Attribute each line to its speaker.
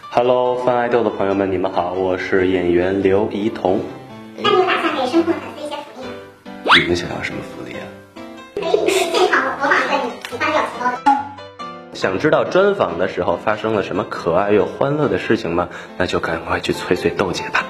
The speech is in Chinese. Speaker 1: Hello，翻爱豆的朋友们，你们好，我是演员刘怡彤。
Speaker 2: 那哎你打算给声控的粉丝一些福利吗？啊
Speaker 1: 你们想要什么福利啊？
Speaker 2: 可以现场模仿一个你喜欢比较提高的。
Speaker 1: 想知道专访的时候发生了什么可爱又欢乐的事情吗？那就赶快去催催豆姐吧。